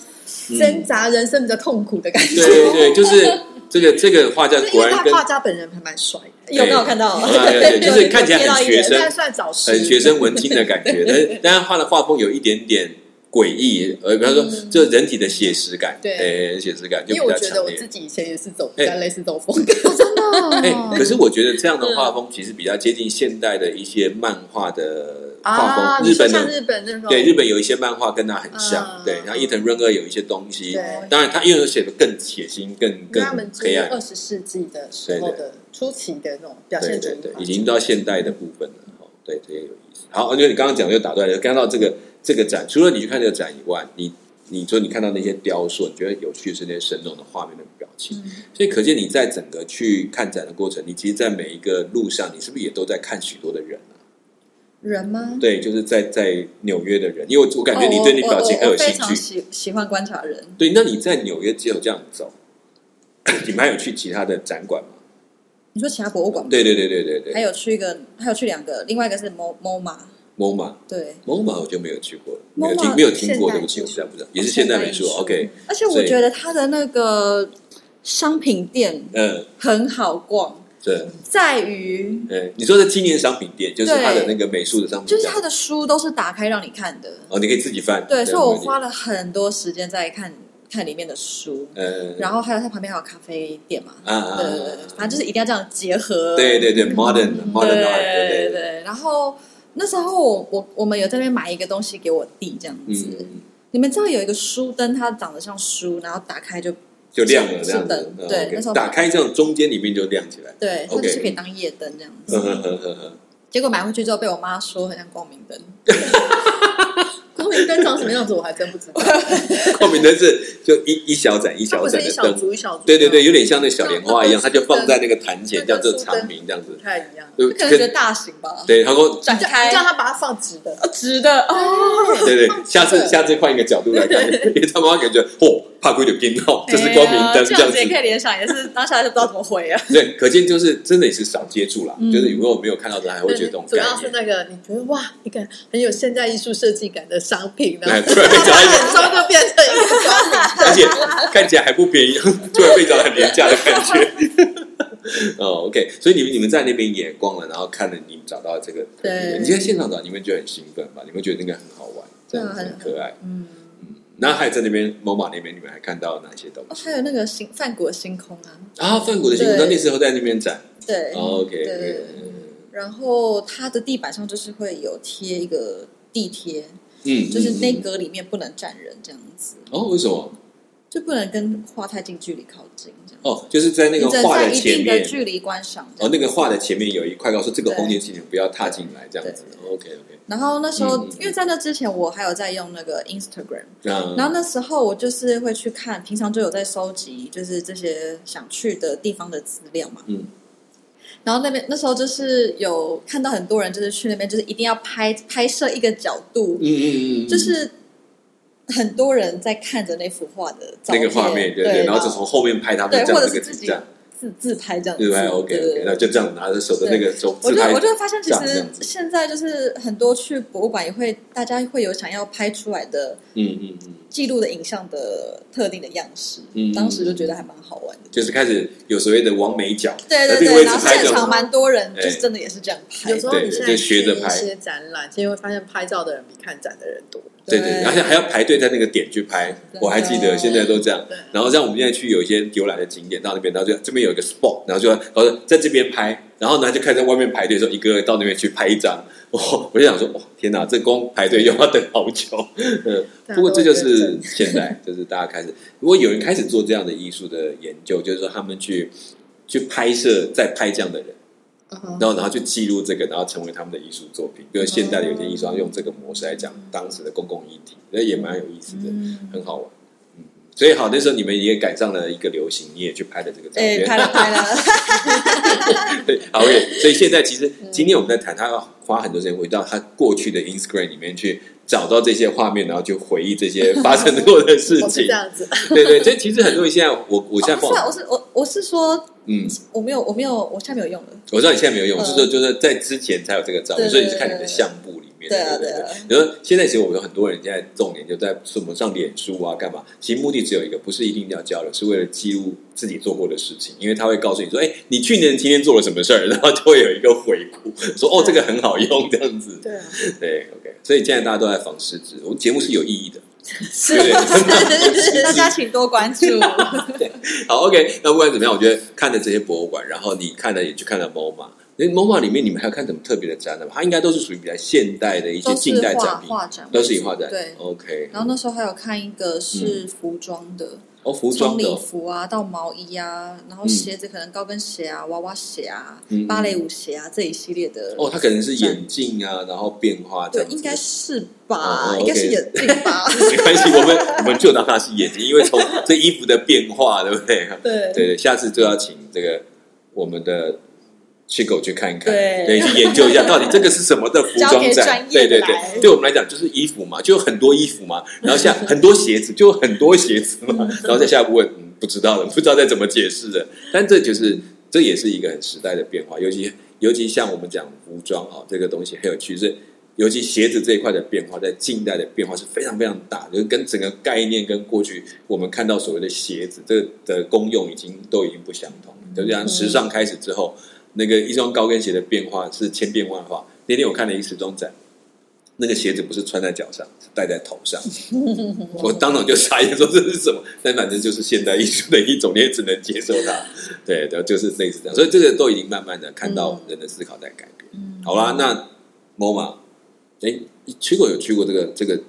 S2: 去挣扎人生比较痛苦的感觉。
S1: 对对对，就是这个这个画家
S2: 就是因
S1: 果
S2: 为
S1: 然
S2: 他
S1: 跟
S2: 画家本人还蛮帅的，
S3: 有没有看到？
S1: 啊对对对就是看起来很学生
S2: 但算早熟，
S1: 很学生文青的感觉，但是但是画的画风有一点点诡异，呃，比方说就人体的写实感，
S2: 嗯对
S1: 哎，写实感就
S2: 因
S1: 比
S2: 为
S1: 较
S2: 我觉得
S1: 强
S2: 我
S1: 烈
S2: 自。己以前也是走比较
S1: 哎
S2: 类似这种风格，
S3: 真的
S1: 哎、
S2: 嗯
S1: 可是我觉得这样的画风其实比较接近现代的一些漫画的画风。
S2: 啊，你
S1: 日
S2: 说
S1: 本
S2: 像
S1: 的
S2: 日本那种，
S1: 对日本有一些漫画跟它很像，
S2: 嗯
S1: 对，然后伊藤润二有一些东西
S2: 对，
S1: 当然他因为有写的更血腥、更
S2: 因为
S1: 更
S2: 他们就
S1: 黑
S2: 是
S1: 暗，
S2: 二十世纪的时候的初期的那种表
S1: 对
S2: 现主
S1: 对
S2: 义
S1: 对，
S2: 嘛，
S1: 已经到现代的部分了。哦对，这也有意思。好，因为你刚刚讲就打断了，看到这个这个展，除了你去看这个展以外，你你说你看到那些雕塑，你觉得有趣是那些生动的画面、那个表情，
S3: 嗯
S1: 所以可见你在整个去看展的过程，你其实，在每一个路上，你是不是也都在看许多的人啊？
S3: 人吗？
S1: 对，就是在在纽约的人，因为我我感觉你
S3: 哦
S1: 对你
S3: 我
S1: 表情
S3: 我
S1: 很有
S3: 我
S1: 兴
S3: 非常
S1: 趣。
S3: 喜喜欢观察人，
S1: 对，那你在纽约只有这样走，你们还有去其他的展馆吗？
S3: 你说其他博物馆吗？
S1: 对对对对对对，
S3: 还有去一个，还有去两个，另外一个是 Mo MoMA，
S1: MoMA
S3: 对。
S1: MoMA 我就没有去过了，没
S3: MoMA 哦
S1: 有听没有听过，
S2: 现代
S1: 对不起，我
S2: 艺
S1: 不
S2: 术
S1: 知道不知道，也是现代美术
S3: 现代艺术
S1: ，OK，
S3: 而且
S1: 所
S3: 我
S1: 以
S3: 觉得它的那个商品店
S1: 嗯，
S3: 很好逛，
S1: 对，
S3: 在于
S1: 嗯，你说的纪念商品店就是它的
S3: 对
S1: 那个美术的商品
S3: 就
S1: 店，
S3: 是它的书都是打开让你看的，
S1: 哦，你可以自己翻，
S3: 对，所以我
S1: 没问题
S3: 花了很多时间在看看里面的书，
S1: 嗯，
S3: 然后还有它旁边还有咖啡店嘛，
S1: 啊啊，
S3: 对
S1: 啊
S3: 对对，对反正就是一定要这样结合，
S1: 对对对，modern
S3: 对
S1: modern art，对
S3: 对对，然后。那时候我我我们有在那边买一个东西给我弟这样子，
S1: 嗯，
S3: 你们知道有一个书灯，它长得像书，然后打开就
S1: 就亮了
S3: 是
S1: 这样
S3: 的
S1: 子，嗯
S3: 对
S1: OK，
S3: 那时候
S1: 打开这样中间里面就亮起来，
S3: 对，它
S1: OK
S3: 就是可以当夜灯这样子。
S1: 嗯哼哼哼哼。
S3: 结果买回去之后被我妈说很像光明灯，
S2: 光明灯长什么样子我还真不知道，
S1: 透明灯是就一一小盏一
S2: 它
S1: 小
S2: 不是
S1: 盏
S2: 一
S1: 的
S2: 小
S1: 灯，
S2: 组一小组，
S1: 对对对，，有点像那小莲花一 样，
S2: 那
S1: 它
S2: 那个
S1: 就放在那个坛前，这样就长明这样子
S2: 不。太一样。
S1: 对
S3: 她可能觉得大型吧，
S1: 对，他说
S3: 展
S2: 叫
S3: 开
S2: 叫他把它放直的，
S3: 哦直的哦，
S1: 对对，下次下次换一个角度来看，因为他妈感觉嚯，怕鬼有偏好，这是光明
S3: 哎
S1: 灯
S3: 呀
S1: 这
S3: 这
S1: 样
S3: 样
S1: 子
S3: 子。也可以联想，也是当下就不知道怎么回啊。
S1: 对，可见就是真的也是少接触啦，
S3: 嗯
S1: 就是如果我没有看到的，还会觉得这种
S2: 主
S1: 概
S2: 要是
S1: 念。
S2: 那个你觉得哇，一个很有现代艺术设计感的商品，品呢？
S1: 哎，突然被找到一 个，
S2: 很终就变成一个商品。
S1: 而且看起来还不便宜， 突然被找到很廉价的感觉。哦，OK，所以你们你们在那边也逛了，然后看了你们找到这个，
S2: 对
S1: 你在现场找，你们觉得很兴奋吧？你们觉得那个很好玩，这
S2: 对
S1: 样
S2: 啊
S1: 子很可爱。
S2: 嗯，
S1: 嗯，那还在那边 MoMA 那边，你们还看到哪些东
S2: 哦
S1: 西？
S2: 还有那个星范国星空啊，
S1: 啊，梵谷的星空，那
S2: 对
S1: 那时候在那边展。
S2: 对，
S1: 哦 OK，
S2: 对
S3: 然后它的地板上就是会有贴一个地贴，
S1: 嗯，
S3: 就是那
S1: 嗯嗯
S3: 格里面不能站人这样子，
S1: 哦，为什么？
S3: 就不能跟画太近距离靠近这样。
S1: 哦，就是在那
S3: 你
S1: 个
S3: 只能
S1: 画
S3: 在
S1: 的
S3: 一
S1: 前
S3: 定的
S1: 面，
S3: 距离观赏。这
S1: 哦
S3: 样，
S1: 那个画的前面有一块告诉这个
S3: 对
S1: 红点，请你们不要踏进来，这样子。OK 哦 OK，
S3: 然后那时候
S1: 嗯嗯嗯，
S3: 因为在那之前我还有在用那个 Instagram，
S1: 那
S3: 然后那时候我就是会去看，平常就有在收集，就是这些想去的地方的资料嘛。
S1: 嗯。
S3: 然后那边那时候就是有看到很多人就是去那边就是一定要拍拍摄一个角度，
S1: 嗯嗯嗯，
S3: 就是很多人在看着那幅画的照
S1: 那
S3: 片，
S1: 个画面，对
S3: 对，
S1: 然后就从后面拍他们
S3: 对
S1: 这样
S3: 或者
S1: 这个
S3: 是自己
S1: 这样，
S3: 自自拍这样子，
S1: 对吧
S3: 对
S1: ？OK
S3: 对
S1: OK，
S3: 对
S1: 那就这样拿着手的那个手
S3: 我
S1: 自
S3: 就
S1: 拍嗯
S3: 我，就发现，其
S1: 这
S3: 实
S1: 样子
S3: 现在就是很多去博物馆也会，大家会有想要拍出来的
S1: 嗯嗯嗯，
S3: 记录的影像的特定的样式，
S1: 嗯
S3: 当时就觉得还蛮好玩的。
S1: 就是开始有所谓的往美角，
S3: 对
S1: 那
S3: 对
S1: 这个位
S3: 对，
S1: 置
S3: 然后
S1: 拍
S3: 现
S1: 就
S3: 场蛮多人，
S1: 哎
S3: 就是真的也是这样 拍
S2: 有时
S3: 的。
S2: 候你现在
S1: 对对就学
S2: 去
S1: 着
S2: 一
S1: 拍
S2: 些展览，其实会发现拍照的人比看展的人多。
S1: 对对，而且还要排队在那个点去拍，
S3: 真的
S1: 我还记得现在都这样
S2: 对。
S1: 然后像我们现在去有一些游览的景点到那边，然后就这边有一个 spot，然后就然后在这边拍，然后呢就开始在外面排队的时候，一个个到那边去拍一张。 哦，我就想说，哇，天哪，这光排队又要等好久。嗯，不
S2: 啊
S1: 过这就是现在，就是大家开始，如果有人开始做这样的艺术的研究，就是说他们去去拍摄，再拍这样的人。
S2: 嗯哼
S1: 然后然后去记录这个，然后成为他们的艺术作品。
S3: 哦
S1: 就是现代的有些艺术家用这个模式来讲当时的公共议题，那也蛮有意思的，
S3: 嗯
S1: 很好玩。嗯，所以好，那时候你们也赶上了一个流行，你也去拍了这个照
S3: 哎，
S1: 片。
S3: 拍了哎拍了，
S1: 对，好，OK。所以现在其实
S3: 嗯
S1: 今天我们在谈，他要花很多时间回到他过去的 Instagram 里面去找到这些画面，然后去回忆这些发生过的事
S2: 我是
S1: 情
S2: 这。样子，
S1: 对对，这其实很多人现在，我我现在
S3: 哦不
S1: 逛
S3: 是，啊，我是我我是说，
S1: 嗯，
S3: 我没有我没有，我现在没有 用了。
S1: 我知道你现在没有用，
S3: 嗯
S1: 就是说就是在之前才有这个照片，
S3: 对
S1: 所以你是看你的相簿里面。
S3: 对啊
S1: 对
S3: 对啊
S1: 比如说现在其实我们有很多人现在重点就在什么上脸书啊，干嘛？其实目的只有一个，不是一定要交流，是为了记录自己做过的事情，因为他会告诉你说，哎，你去年今天做了什么事儿，然后就会有一个回顾，说哦，这个很好用，这样子。
S2: 对啊，
S1: 对，OK。所以现在大家都在防失职，我们节目是有意义的。
S3: 是
S1: 对
S3: 是，大家请多关 注。
S1: 好，OK。那不管怎么样，我觉得看了这些博物馆，然后你看了也去看了 MoMA。那 MoMA 里面你们还有看什么特别的展览吗？它应该都是属于比较现代的一些
S3: 都
S1: 近代
S3: 是
S1: 展
S3: 画
S1: 品，
S3: 画展，
S1: 都是以画展。哦
S3: 对
S1: ，OK。
S3: 然后那时候还有看一个是服装的，
S1: 哦，服装
S3: 从
S1: 的
S3: 礼
S1: 哦
S3: 服啊到毛衣啊，然后
S1: 嗯
S3: 鞋子可能高跟鞋啊、娃娃鞋啊、
S1: 嗯嗯
S3: 芭蕾舞鞋啊这一系列的。
S1: 哦，它可能是眼镜啊，然后变化这
S3: 嗯对
S1: 样，子。
S3: 应该是
S1: 哦
S3: 吧，
S1: ，OK
S3: 应该是眼镜 吧。
S1: 没关系，我们我们就当它是眼睛，因为从这衣服的变化，对不对？
S3: 对
S1: 对对，下次就要请这个我们的。去狗去看一看，
S3: 对
S1: 对，去研究一下到底这个是什么的服
S3: 交
S1: 装
S3: 给
S1: 展
S3: 专，
S1: 对
S3: 业
S1: 对
S3: 的
S1: 对
S3: 来，
S1: 对我们来讲就是衣服嘛，就有很多衣服嘛，然后像很多鞋子，就有很多鞋子嘛，然后再下一步问，嗯，不知道了，不知道再怎么解释了，但这就是这也是一个很时代的变化，尤其尤其像我们讲服装哦，这个东西很有趣，是尤其鞋子这一块的变化，在近代的变化是非常非常大，就是跟整个概念跟过去我们看到所谓的鞋子这个的功用已经都已经不相同了，就像时尚开始之后，那个一双高跟鞋的变化是千变万化。那天我看了一个时装展，那个鞋子不是穿在脚上，是戴在头上。我当场就傻眼，说这是什么？但反正就是现代艺术的一种，你也只能接受它。对对，就是类似这样。所以这个都已经慢慢的看到人的思考在改
S3: 嗯
S1: 变。好啦，那 MoMA，哎，你去过有去过这个这个？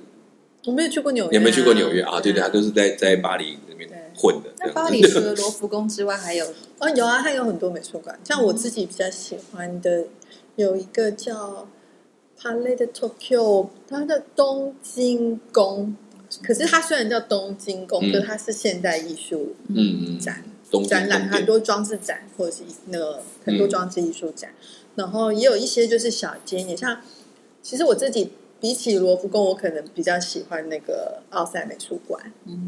S2: 我没有去过纽约，
S1: 你有没有去过纽约啊？对对，他
S2: 对
S1: 都是在在巴黎那边
S2: 对
S1: 混的。这
S3: 那
S1: 样
S3: 巴黎除了罗浮宫之外，还有
S2: 哦，有啊，它有很多美术馆，像我自己比较喜欢的有一个叫 Palais de Tokyo，它叫东京宫。可是它虽然叫东京宫，
S1: 嗯
S2: 可是它是现代艺术
S1: 嗯嗯，
S2: 展
S1: 东京
S2: 展览，
S1: 东
S2: 很
S1: 京
S2: 多装置展或者是那个很多装置艺术展，
S1: 嗯
S2: 然后也有一些就是小间，也像其实我自己比起罗浮宫，我可能比较喜欢那个奥赛美术馆，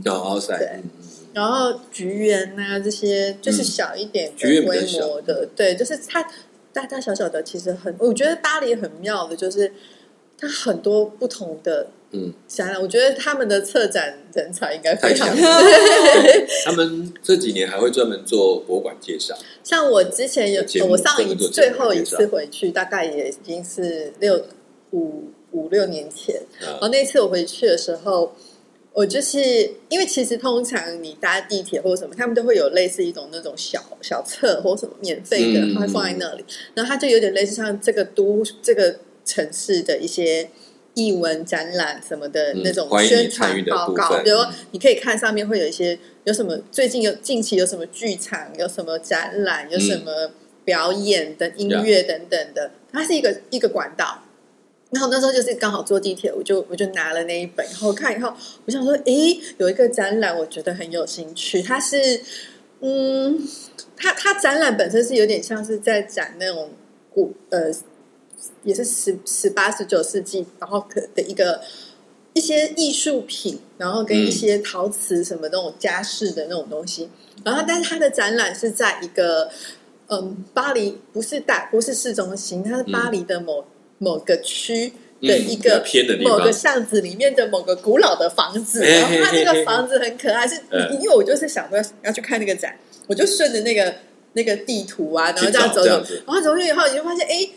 S1: 叫 outside，
S2: 对
S1: 嗯嗯嗯
S2: 然后菊园呐、这些就是小一点
S1: 菊园
S2: 的
S1: 比较
S2: 规模的，对，就是它大大小小的其实很，我觉得巴黎很妙的就是它很多不同的
S1: 嗯，
S2: 展览，我觉得他们的策展人才应该非
S1: 太
S2: 常
S1: 强了。对他们这几年还会专门做博物馆介绍，
S2: 像我之前有
S1: 节，目
S2: 我上一
S1: 专门做节
S2: 最
S1: 目
S2: 后一
S1: 介绍
S2: 次回去，大概也已经是六五五六年前。然后
S1: 啊，
S2: 哦那次我回去的时候，我就是因为其实通常你搭地铁或者什么，他们都会有类似一种那种小小册或什么免费的
S1: 嗯，
S2: 它会放在那里。然后它就有点类似像这个都这个城市的一些。译文展览什么的
S1: 嗯
S2: 那种
S1: 欢迎你
S2: 宣
S1: 参
S2: 传
S1: 与的
S2: 报
S1: 部
S2: 告，
S1: 分
S2: 比如
S1: 嗯
S2: 你可以看上面会有一些有什么最近有近期有什么剧场，有什么展览，有什
S1: 嗯
S2: 么表演等音乐等等的，它是一个一个管道。然后那时候就是刚好坐地铁，我就我就拿了那一本，然后看以后，我想说，诶，有一个展览，我觉得很有兴趣。它是，嗯，它它展览本身是有点像是在展那种古呃，也是十十八十九世纪，然后可的一个一些艺术品，然后跟一些陶瓷什么那种家饰的那种东西。然后，但是它的展览是在一个嗯，巴黎不是大不是市中心，它是巴黎的某、某个区的一
S1: 嗯嗯比较
S2: 个、
S1: 偏的地
S2: 某
S1: 方
S2: 个巷子里面的某个古老的房子。
S1: 嘿嘿
S2: 然后它那
S1: 嘿嘿
S2: 个房子很可爱，是、
S1: 嗯
S2: 因为我就是想说要去看那个展，我就顺着那个那个地图啊，然后这样走
S1: 去找这
S2: 走
S1: 样子，
S2: 然后走远以后你就发现，哎，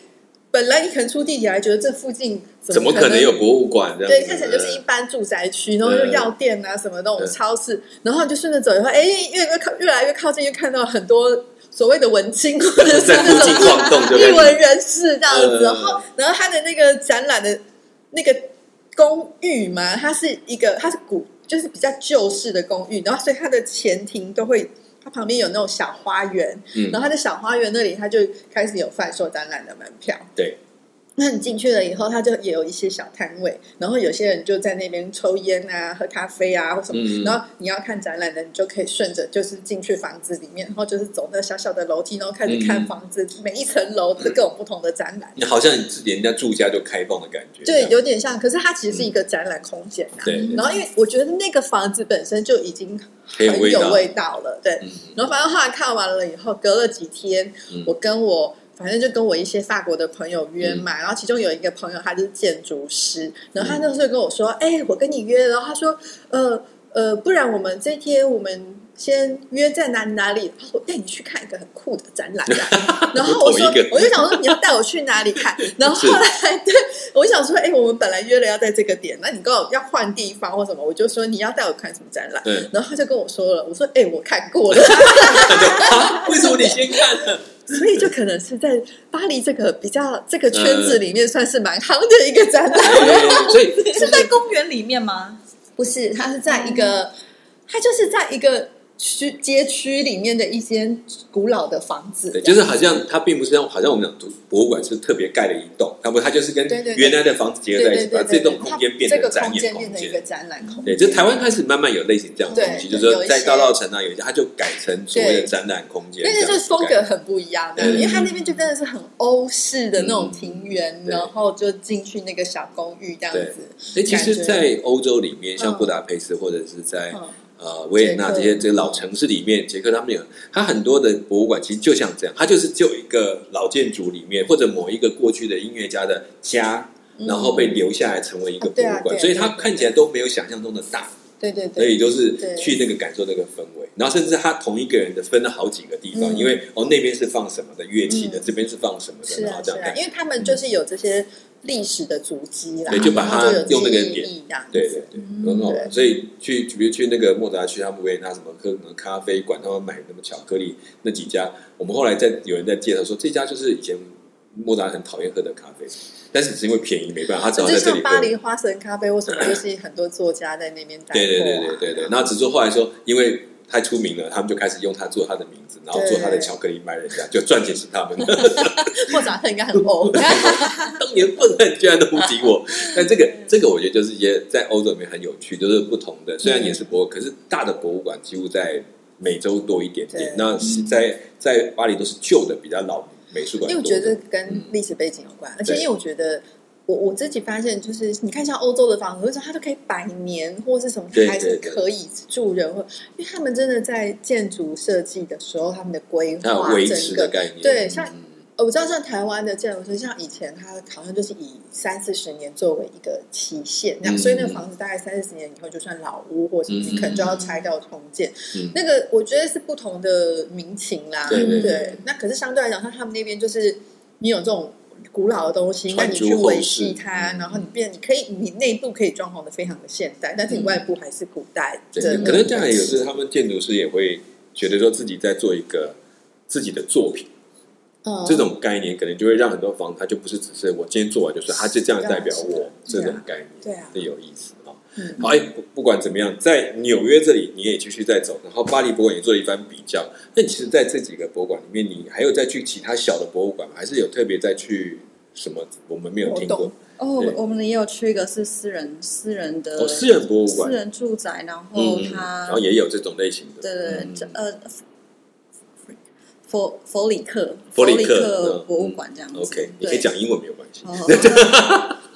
S2: 本来你可能出地铁还觉得这附近
S1: 怎么
S2: 可
S1: 可能有博物馆这样子？呃
S2: 对，看起来就是一般住宅区，然后就药店啊什么那种超市，然后你就顺着走以后，哎，越越靠越来越靠近，就看到很多所谓的文青或者是
S1: 在
S2: 那
S1: 附近
S2: 种
S1: 晃动就
S2: 艺
S1: 感觉
S2: 文人士这样子。
S1: 嗯
S2: 然后，然后他的那个展览的那个公寓嘛，它是一个它是古，就是比较旧式的公寓，然后所以它的前庭都会。它旁边有那种小花园，
S1: 嗯
S2: 然后它的小花园那里，它就开始有贩售展览的门票。
S1: 对，
S2: 那你进去了以后，它就也有一些小摊位，然后有些人就在那边抽烟啊、喝咖啡啊或什么。
S1: 嗯
S2: 然后你要看展览的，你就可以顺着就是进去房子里面，然后就是走那小小的楼梯，然后开始看
S1: 嗯
S2: 房子、每一层楼的各种不同的展览。
S1: 你好像你自己人家住家就开放的感觉，
S2: 对，有点像，可是它其实是一个展览空间啊。
S1: 对对
S2: 然后因为我觉得那个房子本身就已经
S1: 很有
S2: 很
S1: 味
S2: 有
S1: 道
S2: 味道了，对。
S1: 嗯
S2: 然后反正后来看完了以后，隔了几天，
S1: 嗯
S2: 我跟我反正就跟我一些法国的朋友约嘛，然后其中有一个朋友他是建筑师，然后
S1: 嗯
S2: 他那时候跟我说：“哎、我跟你约了。”然后他说：“呃呃，不然我们这天我们。”先约在哪里哪里？他说我带你去看一个很酷的展览，这样然后我说
S1: 同一个，
S2: 我就想说你要带我去哪里看？然后后来，对我想说，哎、我们本来约了要在这个点，那你跟我要换地方或什么，我就说你要带我看什么展览，
S1: 嗯，
S2: 然后他就跟我说了，我说：“哎、我看过了，
S1: 啊为什么你先看呢？
S2: 所以就可能是在巴黎这个比较这个圈子
S1: 嗯
S2: 里面算是蛮夯的一个展览。
S1: 对所以
S3: 是在公园里面吗？
S2: 不是，它是在一个，它就是在一个区街区里面的一间古老的房子，
S1: 对，就是好像它并不是像好像我们讲图博物馆是特别盖了一栋，它不，它就是跟
S2: 对对对
S1: 原来的房子结合
S2: 对
S1: 在一
S2: 对
S1: 起，
S2: 对
S1: 把
S2: 对
S1: 这
S2: 对
S1: 栋，空间变
S2: 这个
S1: 成
S2: 空
S1: 展
S2: 间
S1: 演
S2: 变
S1: 空
S2: 成一
S1: 间
S2: 个。展览空间。
S1: 对，就台湾开始慢慢有类似这样的东西，
S2: 对
S1: 就是
S2: 有
S1: 说
S2: 一
S1: 在
S2: 些
S1: 大稻城啊，有一些它就改成所谓的
S2: 对
S1: 展览空间，
S2: 那
S1: 这
S2: 个
S1: 样
S2: 就是
S1: 子
S2: 风
S1: 改
S2: 格很不一样的，
S1: 对
S2: 因为它那边就真的是很欧式的那种庭园，
S1: 嗯对
S2: 然后就进去那个小公寓这样子。
S1: 哎，其实，
S2: 感觉
S1: 在欧洲里面，像
S2: 嗯
S1: 布达佩斯或者是在
S2: 嗯
S1: 呃维也纳这
S2: 捷克
S1: 些这些老城市里面，捷克他们有它很多的博物馆，其实就像这样，它就是就一个老建筑里面或者某一个过去的音乐家的家，
S2: 嗯
S1: 然后被留下来成为一个
S2: 啊
S1: 博
S2: 对啊
S1: 物馆，
S2: 对
S1: 所以
S2: 对
S1: 它
S2: 对
S1: 看起来都没有想象中的大，
S2: 对对
S1: 所
S2: 对，
S1: 以就是
S2: 对
S1: 去那个感受那个氛围，然后甚至他同一个人的分了好几个地方，
S2: 嗯
S1: 因为哦那边是放什么的乐器的，
S2: 嗯
S1: 这边是放什么的，
S2: 是
S1: 然后
S2: 啊，
S1: 这
S2: 是
S1: 样
S2: 啊
S1: 看，，
S2: 因为他们就是有这些历史的足迹啦，
S1: 对就把它
S2: 然后就有
S1: 用那个
S2: 记
S1: 点
S2: 忆这样子
S1: 对对对，很好玩。
S2: 对
S1: 所以去比如去那个莫扎去他们维也纳什么喝什么咖啡馆，他们买那么巧克力那几家，我们后来在有人在介绍说这家就是以前莫扎很讨厌喝的咖啡，但是只是因为便宜没办法，他只好
S2: 就
S1: 在这里
S2: 像
S1: 喝。
S2: 巴黎花神咖啡，为什么就是很多作家在那边待过、
S1: 对
S2: 啊？
S1: 对对对对对，那只是后来说，因为太出名了，他们就开始用他做他的名字，然后做他的巧克力卖人家，就赚钱是他们的。
S2: 或者他应 该很欧。
S1: 当年笨蛋居然都不敌 我。但这个
S2: 嗯
S1: 这个，我觉得就是一些在欧洲里面很有趣，就是不同的，
S2: 嗯
S1: 虽然也是博物，可是大的博物馆几乎在美洲多一点点
S2: 对。嗯
S1: 那是在在巴黎都是旧的，比较老美术
S2: 因
S1: 馆多
S2: 为我
S1: 的。
S2: 觉得
S1: 嗯
S2: 跟历史背景有关，而且因为我觉得。我我自己发现，就是你看像欧洲的房子，就是它都可以百年或是什么，它
S1: 对
S2: 还是
S1: 对对
S2: 可以住人，或因为他们真的在建筑设计的时候，他们的规
S1: 那
S2: 划
S1: 维
S2: 整
S1: 持的
S2: 个
S1: 概念，
S2: 对像
S1: 嗯
S2: 呃，我知道像台湾的建筑师，像以前他好像就是以三四十年作为一个期限那样，
S1: 嗯
S2: 所以那个房子大概三四十年以后就算老屋或什么，
S1: 嗯
S2: 你可能就要拆掉重建。
S1: 嗯
S2: 那个我觉得是不同的民情啦，
S1: 对
S3: 对
S2: 对。那可是相对来讲，像他们那边就是你有这种。古老的东西，那
S1: 传
S2: 你
S1: 诸
S2: 去
S1: 后
S2: 维
S1: 世
S2: 系它，
S1: 嗯
S2: 然后你变，你可以，你内部可以装潢的非常的现代，但是你
S1: 嗯
S2: 外部还是古代的那
S1: 对，
S2: 种。
S1: 可能这样也是他们建筑师也会觉得说自己在做一个自己的作品，
S3: 哦
S2: 嗯
S1: 这种概念可能就会让很多房它就不是只是我今天做完就算，它就这样代表
S2: 是
S1: 我
S3: 哦
S2: 啊
S1: 这种
S2: 对啊
S1: 概念，
S2: 对啊
S1: 这有意思啊。
S2: 嗯
S1: 好，哎，不不管怎么样，在纽约这里你也继续在走，然后巴黎博物馆也做了一番比较。那你其实在这几个博物馆里面，你还有再去其他小的博物馆吗？还是有特别再去什么？我们没有听
S2: 活
S1: 过
S2: 动
S3: 哦，我
S1: 对
S3: 我们也有去一个是私人私人的
S1: 哦，私人博物
S3: 私
S1: 馆，
S3: 人住宅，然后
S1: 嗯，嗯
S3: 它
S1: 然后也有这种类型的，
S3: 对对对这
S1: 嗯
S3: 呃佛佛里克
S1: 佛里
S3: 里
S1: 克
S3: 克
S1: 嗯
S3: 博物馆这样子。
S1: OK，你可以
S3: 对。
S1: 讲英文没有关系。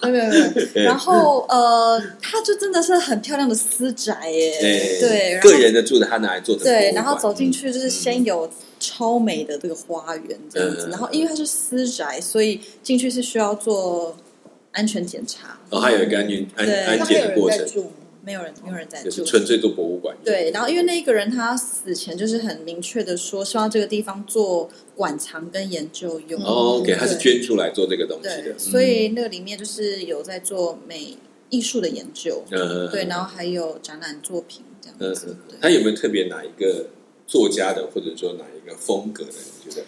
S3: 哦，没有没有没有。然后呃，它就真的是很漂亮的私宅耶，
S1: 哎
S3: 对，然后
S1: 个人的住的他拿来做的博物馆，
S3: 对，然后走进去就是先
S1: 嗯
S3: 有超美的这个花园这样子，
S1: 嗯
S3: 然后因为它是私宅，所以进去是需要做安全检查，
S1: 然后哦还有一个安全安
S3: 对
S1: 安
S2: 那还
S1: 检的
S2: 有人
S1: 过
S2: 在
S1: 程，
S2: 住吗？
S3: 没有人没有人在
S1: 就是
S3: 住。
S1: 纯粹做博物馆。
S3: 对，然后因为那一个人他死前就是很明确的说，希望这个地方做馆藏跟研究用。
S1: 哦，OK，
S3: 对
S1: 他是捐出来做这个东西
S3: 对
S1: 的，，嗯
S3: 所以那个里面就是有在做美艺术的研究，
S1: 嗯，
S3: 对，然
S1: 后
S3: 后还有展览作品这样
S1: 嗯
S3: 子，，
S1: 他
S3: 对，
S1: 有没有特别哪一个作家的，或者说哪一个风格的？你觉得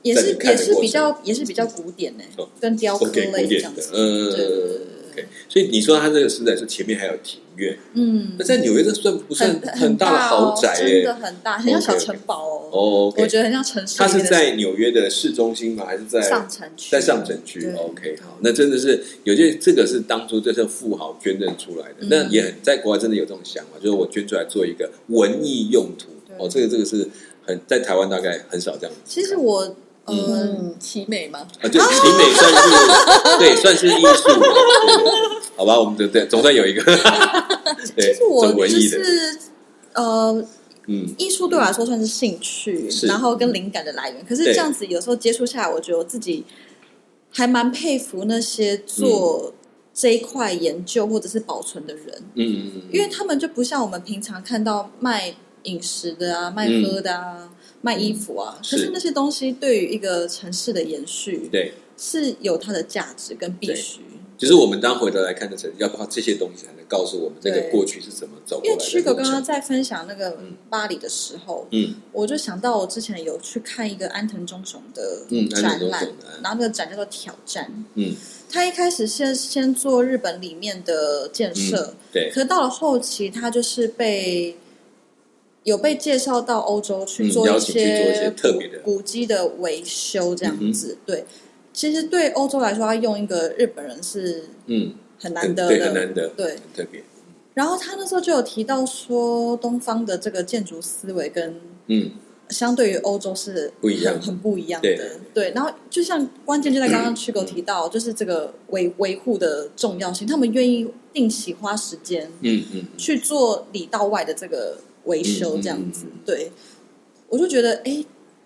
S3: 也
S1: 在
S3: 是
S1: 你看
S3: 也
S1: 的
S3: 是
S1: 过
S3: 比
S1: 程
S3: 较也是比较古典呢
S1: 哦，
S3: 跟雕刻
S1: OK 古
S3: 类这
S1: 典
S3: 样
S1: 的
S3: 子，，
S1: 嗯
S3: 对对对
S1: ，OK。所以你说他这个是在是前面还有庭院，
S3: 嗯
S1: 那，在纽约这算不算
S3: 很
S1: 很大的豪宅
S3: 哦真
S1: 耶
S3: 的很大，很像
S1: OK，OK
S3: 小城堡哦，
S1: 哦
S3: 我
S1: ，OK，
S3: 觉得很像城市
S1: 他
S3: 里
S1: 是
S3: 面的
S1: 在纽约的市中心吗？还是在
S3: 上城区，
S1: 在上城区
S3: 对
S1: ，OK，
S3: 对
S1: 好，那真的是有些这个是当初这是富豪捐赠出来的，
S3: 嗯
S1: 那也很在国外真的有这种想法，就是我捐出来做一个文艺用途，
S3: 对
S1: 哦，这个这个是很在台湾大概很少这样子。
S3: 其实我呃
S2: 嗯，奇美吗？
S1: 啊，
S3: 哦
S1: 对，景美算是对，算是艺术了，对对对好吧，我们的对总算有一 个，对，
S3: 其实我
S1: 走文
S3: 就
S1: 艺的，
S3: 是呃，
S1: 嗯，
S3: 艺术对我来说算是兴趣，
S1: 是
S3: 然后跟灵感的来源。可是
S1: 对
S3: 这样子有时候接触下来，我觉得我自己还蛮佩服那些做这一块研究或者是保存的人，
S1: 嗯嗯，嗯
S3: 因为他们就不像我们平常看到卖饮食的啊、卖喝的啊、卖衣服啊，
S1: 嗯是
S3: 可是那些东西对于一个城市的延续
S1: 对，
S3: 是有它的价值跟必须。
S1: 就是我们当回头来看的时候，要把这些东西才能告诉我们这个
S3: 对
S1: 过去是怎么走过
S3: 因
S1: 来的。
S3: 为曲哥刚刚，在分享那个
S1: 嗯
S3: 巴黎的时候，
S1: 嗯
S3: 我就想到我之前有去看一个安藤忠雄的
S1: 嗯，安
S3: 展
S1: 藤忠
S3: 览，
S1: 雄的
S3: 然后那个展叫做《挑战》。
S1: 嗯，
S3: 他一开始先先做日本里面的建设，
S1: 对，
S3: 可到了后期，他就是被有被介绍到欧洲去
S1: 嗯
S3: 做
S1: 邀
S3: 一
S1: 请去做一些
S3: 些
S1: 特别的嗯
S3: 古古迹的维修，这样子。对，其实对欧洲来说，他用一个日本人是
S1: 嗯，
S3: 很难得
S1: 对，很
S3: 的。
S1: 难得，
S3: 对，
S1: 很特别，
S3: 然后他那时候就有提到说，东方的这个建筑思维跟
S1: 嗯，
S3: 相对于欧洲是
S1: 不一样
S3: 很很不一样的。
S1: 对
S3: 然后就像关键就在刚刚曲狗提到，就是这个维维护的重要性，他们愿意定期花时间
S1: 嗯嗯，嗯
S3: 去做里到外的这个维修，
S1: 嗯嗯
S3: 这样子。
S1: 嗯嗯
S3: 对，我就觉得，哎，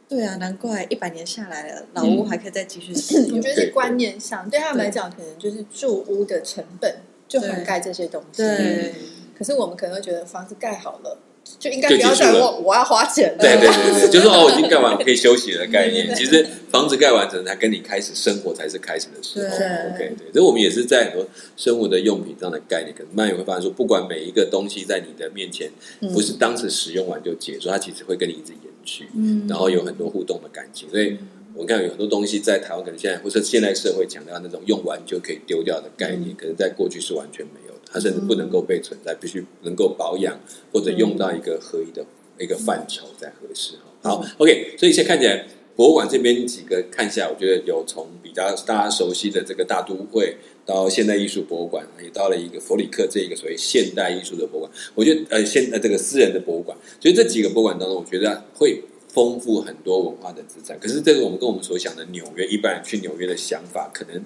S3: 对啊，难怪一百年下来了，老屋还可以再继续使
S2: 我
S3: 用。
S2: 觉得是观念上，对他们来讲，可能就是住屋的成本就涵盖这些东西。
S1: 嗯
S3: 对，
S2: 可是我们可能会觉得房子盖好了，就应该
S1: 就
S2: 不
S1: 结束
S2: 要再
S1: 了
S2: 问我要花钱了。
S1: 对对对对，
S3: 嗯
S1: 就是哦，我已经盖完，我可以休息了的概念。
S2: 对对对
S1: 其实房子盖完，整才跟你开始生活才是开始的时候。
S3: 对
S1: OK，对，所以我们也是在很多生活的用品上的概念，可能慢慢也会发现说，不管每一个东西在你的面前，
S2: 嗯
S1: 不是当时使用完就结束，它其实会跟你一直延续，
S3: 嗯
S1: 然后有很多互动的感情。所以我看有很多东西在台湾，可能现在或是现代社会强调那种用完就可以丢掉的概念，可能在过去是完全没有的，它甚至不能够被存在，必须能够保养或者用到一个合一的一个范畴才合适哈。好，OK，所以现在看起来。博物馆这边几个看下来，我觉得有从比较大家熟悉的这个大都会，到现代艺术博物馆，也到了一个弗里克这一个所谓现代艺术的博物馆。我觉得呃，现呃这个私人的博物馆，所以这几个博物馆当中，我觉得会丰富很多文化的资产。可是这个我们跟我们所想的纽约，一般人去纽约的想法可能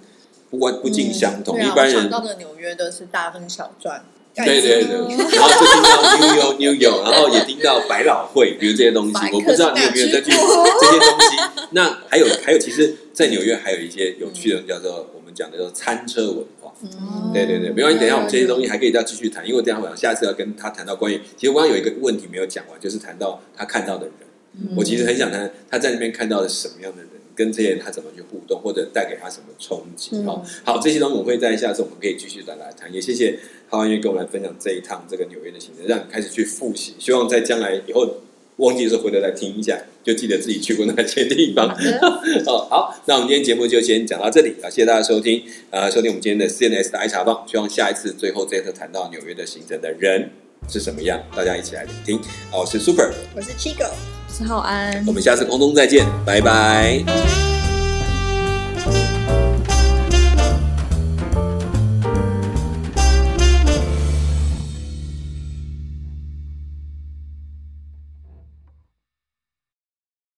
S1: 不关不尽相同。
S2: 对啊
S1: 一般人
S2: 我想到的纽约的是大亨小传，
S1: 对对对，
S3: 哦
S1: 然后就听到 New York New York，然后也听到百老汇，比如这些东西
S2: 百，
S1: 我不知道你有没有再去这些东西。那还有还有，其实在纽约还有一些有趣的，叫做我们讲的叫餐车文化。
S3: 嗯
S1: 对对对，没关系，等一下我们这些东西还可以再继续谈，因为我等一下我想下次要跟他谈到关于，其实我刚刚有一个问题没有讲完，就是谈到他看到的人。
S3: 嗯
S1: 我其实很想谈他在那边看到了什么样的人，跟这些人他怎么去互动，或者带给他什么冲击。
S2: 嗯
S1: 好、好，这些东西我会在下次我们可以继续的来谈。也谢谢浩安月跟我们来分享这一趟这个纽约的行程，让你开始去复习，希望在将来以后。忘记的时候回头来听一下，就记得自己去过那些地方。 哦，好，那我们今天节目就先讲到这里，啊，谢谢大家收听，呃，收听我们今天的 CNS 的爱茶棒，希望下一次最后这一次谈到纽约的行程的人是什么样，大家一起来聆听。哦，我是 Super，
S2: 我是 Chigo。
S3: 是浩安
S1: 我。们下次空中再见，拜拜。
S2: Bye.